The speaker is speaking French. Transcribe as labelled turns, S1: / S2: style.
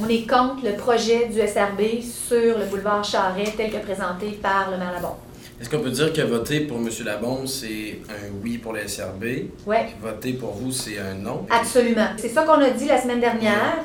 S1: On est contre le projet du SRB sur le boulevard Charret tel que présenté par le maire Labombe.
S2: Est-ce qu'on peut dire que voter pour M. Labombe, c'est un oui pour le SRB?
S1: Oui.
S2: Voter pour vous, c'est un non?
S1: Absolument. C'est ça qu'on a dit la semaine dernière.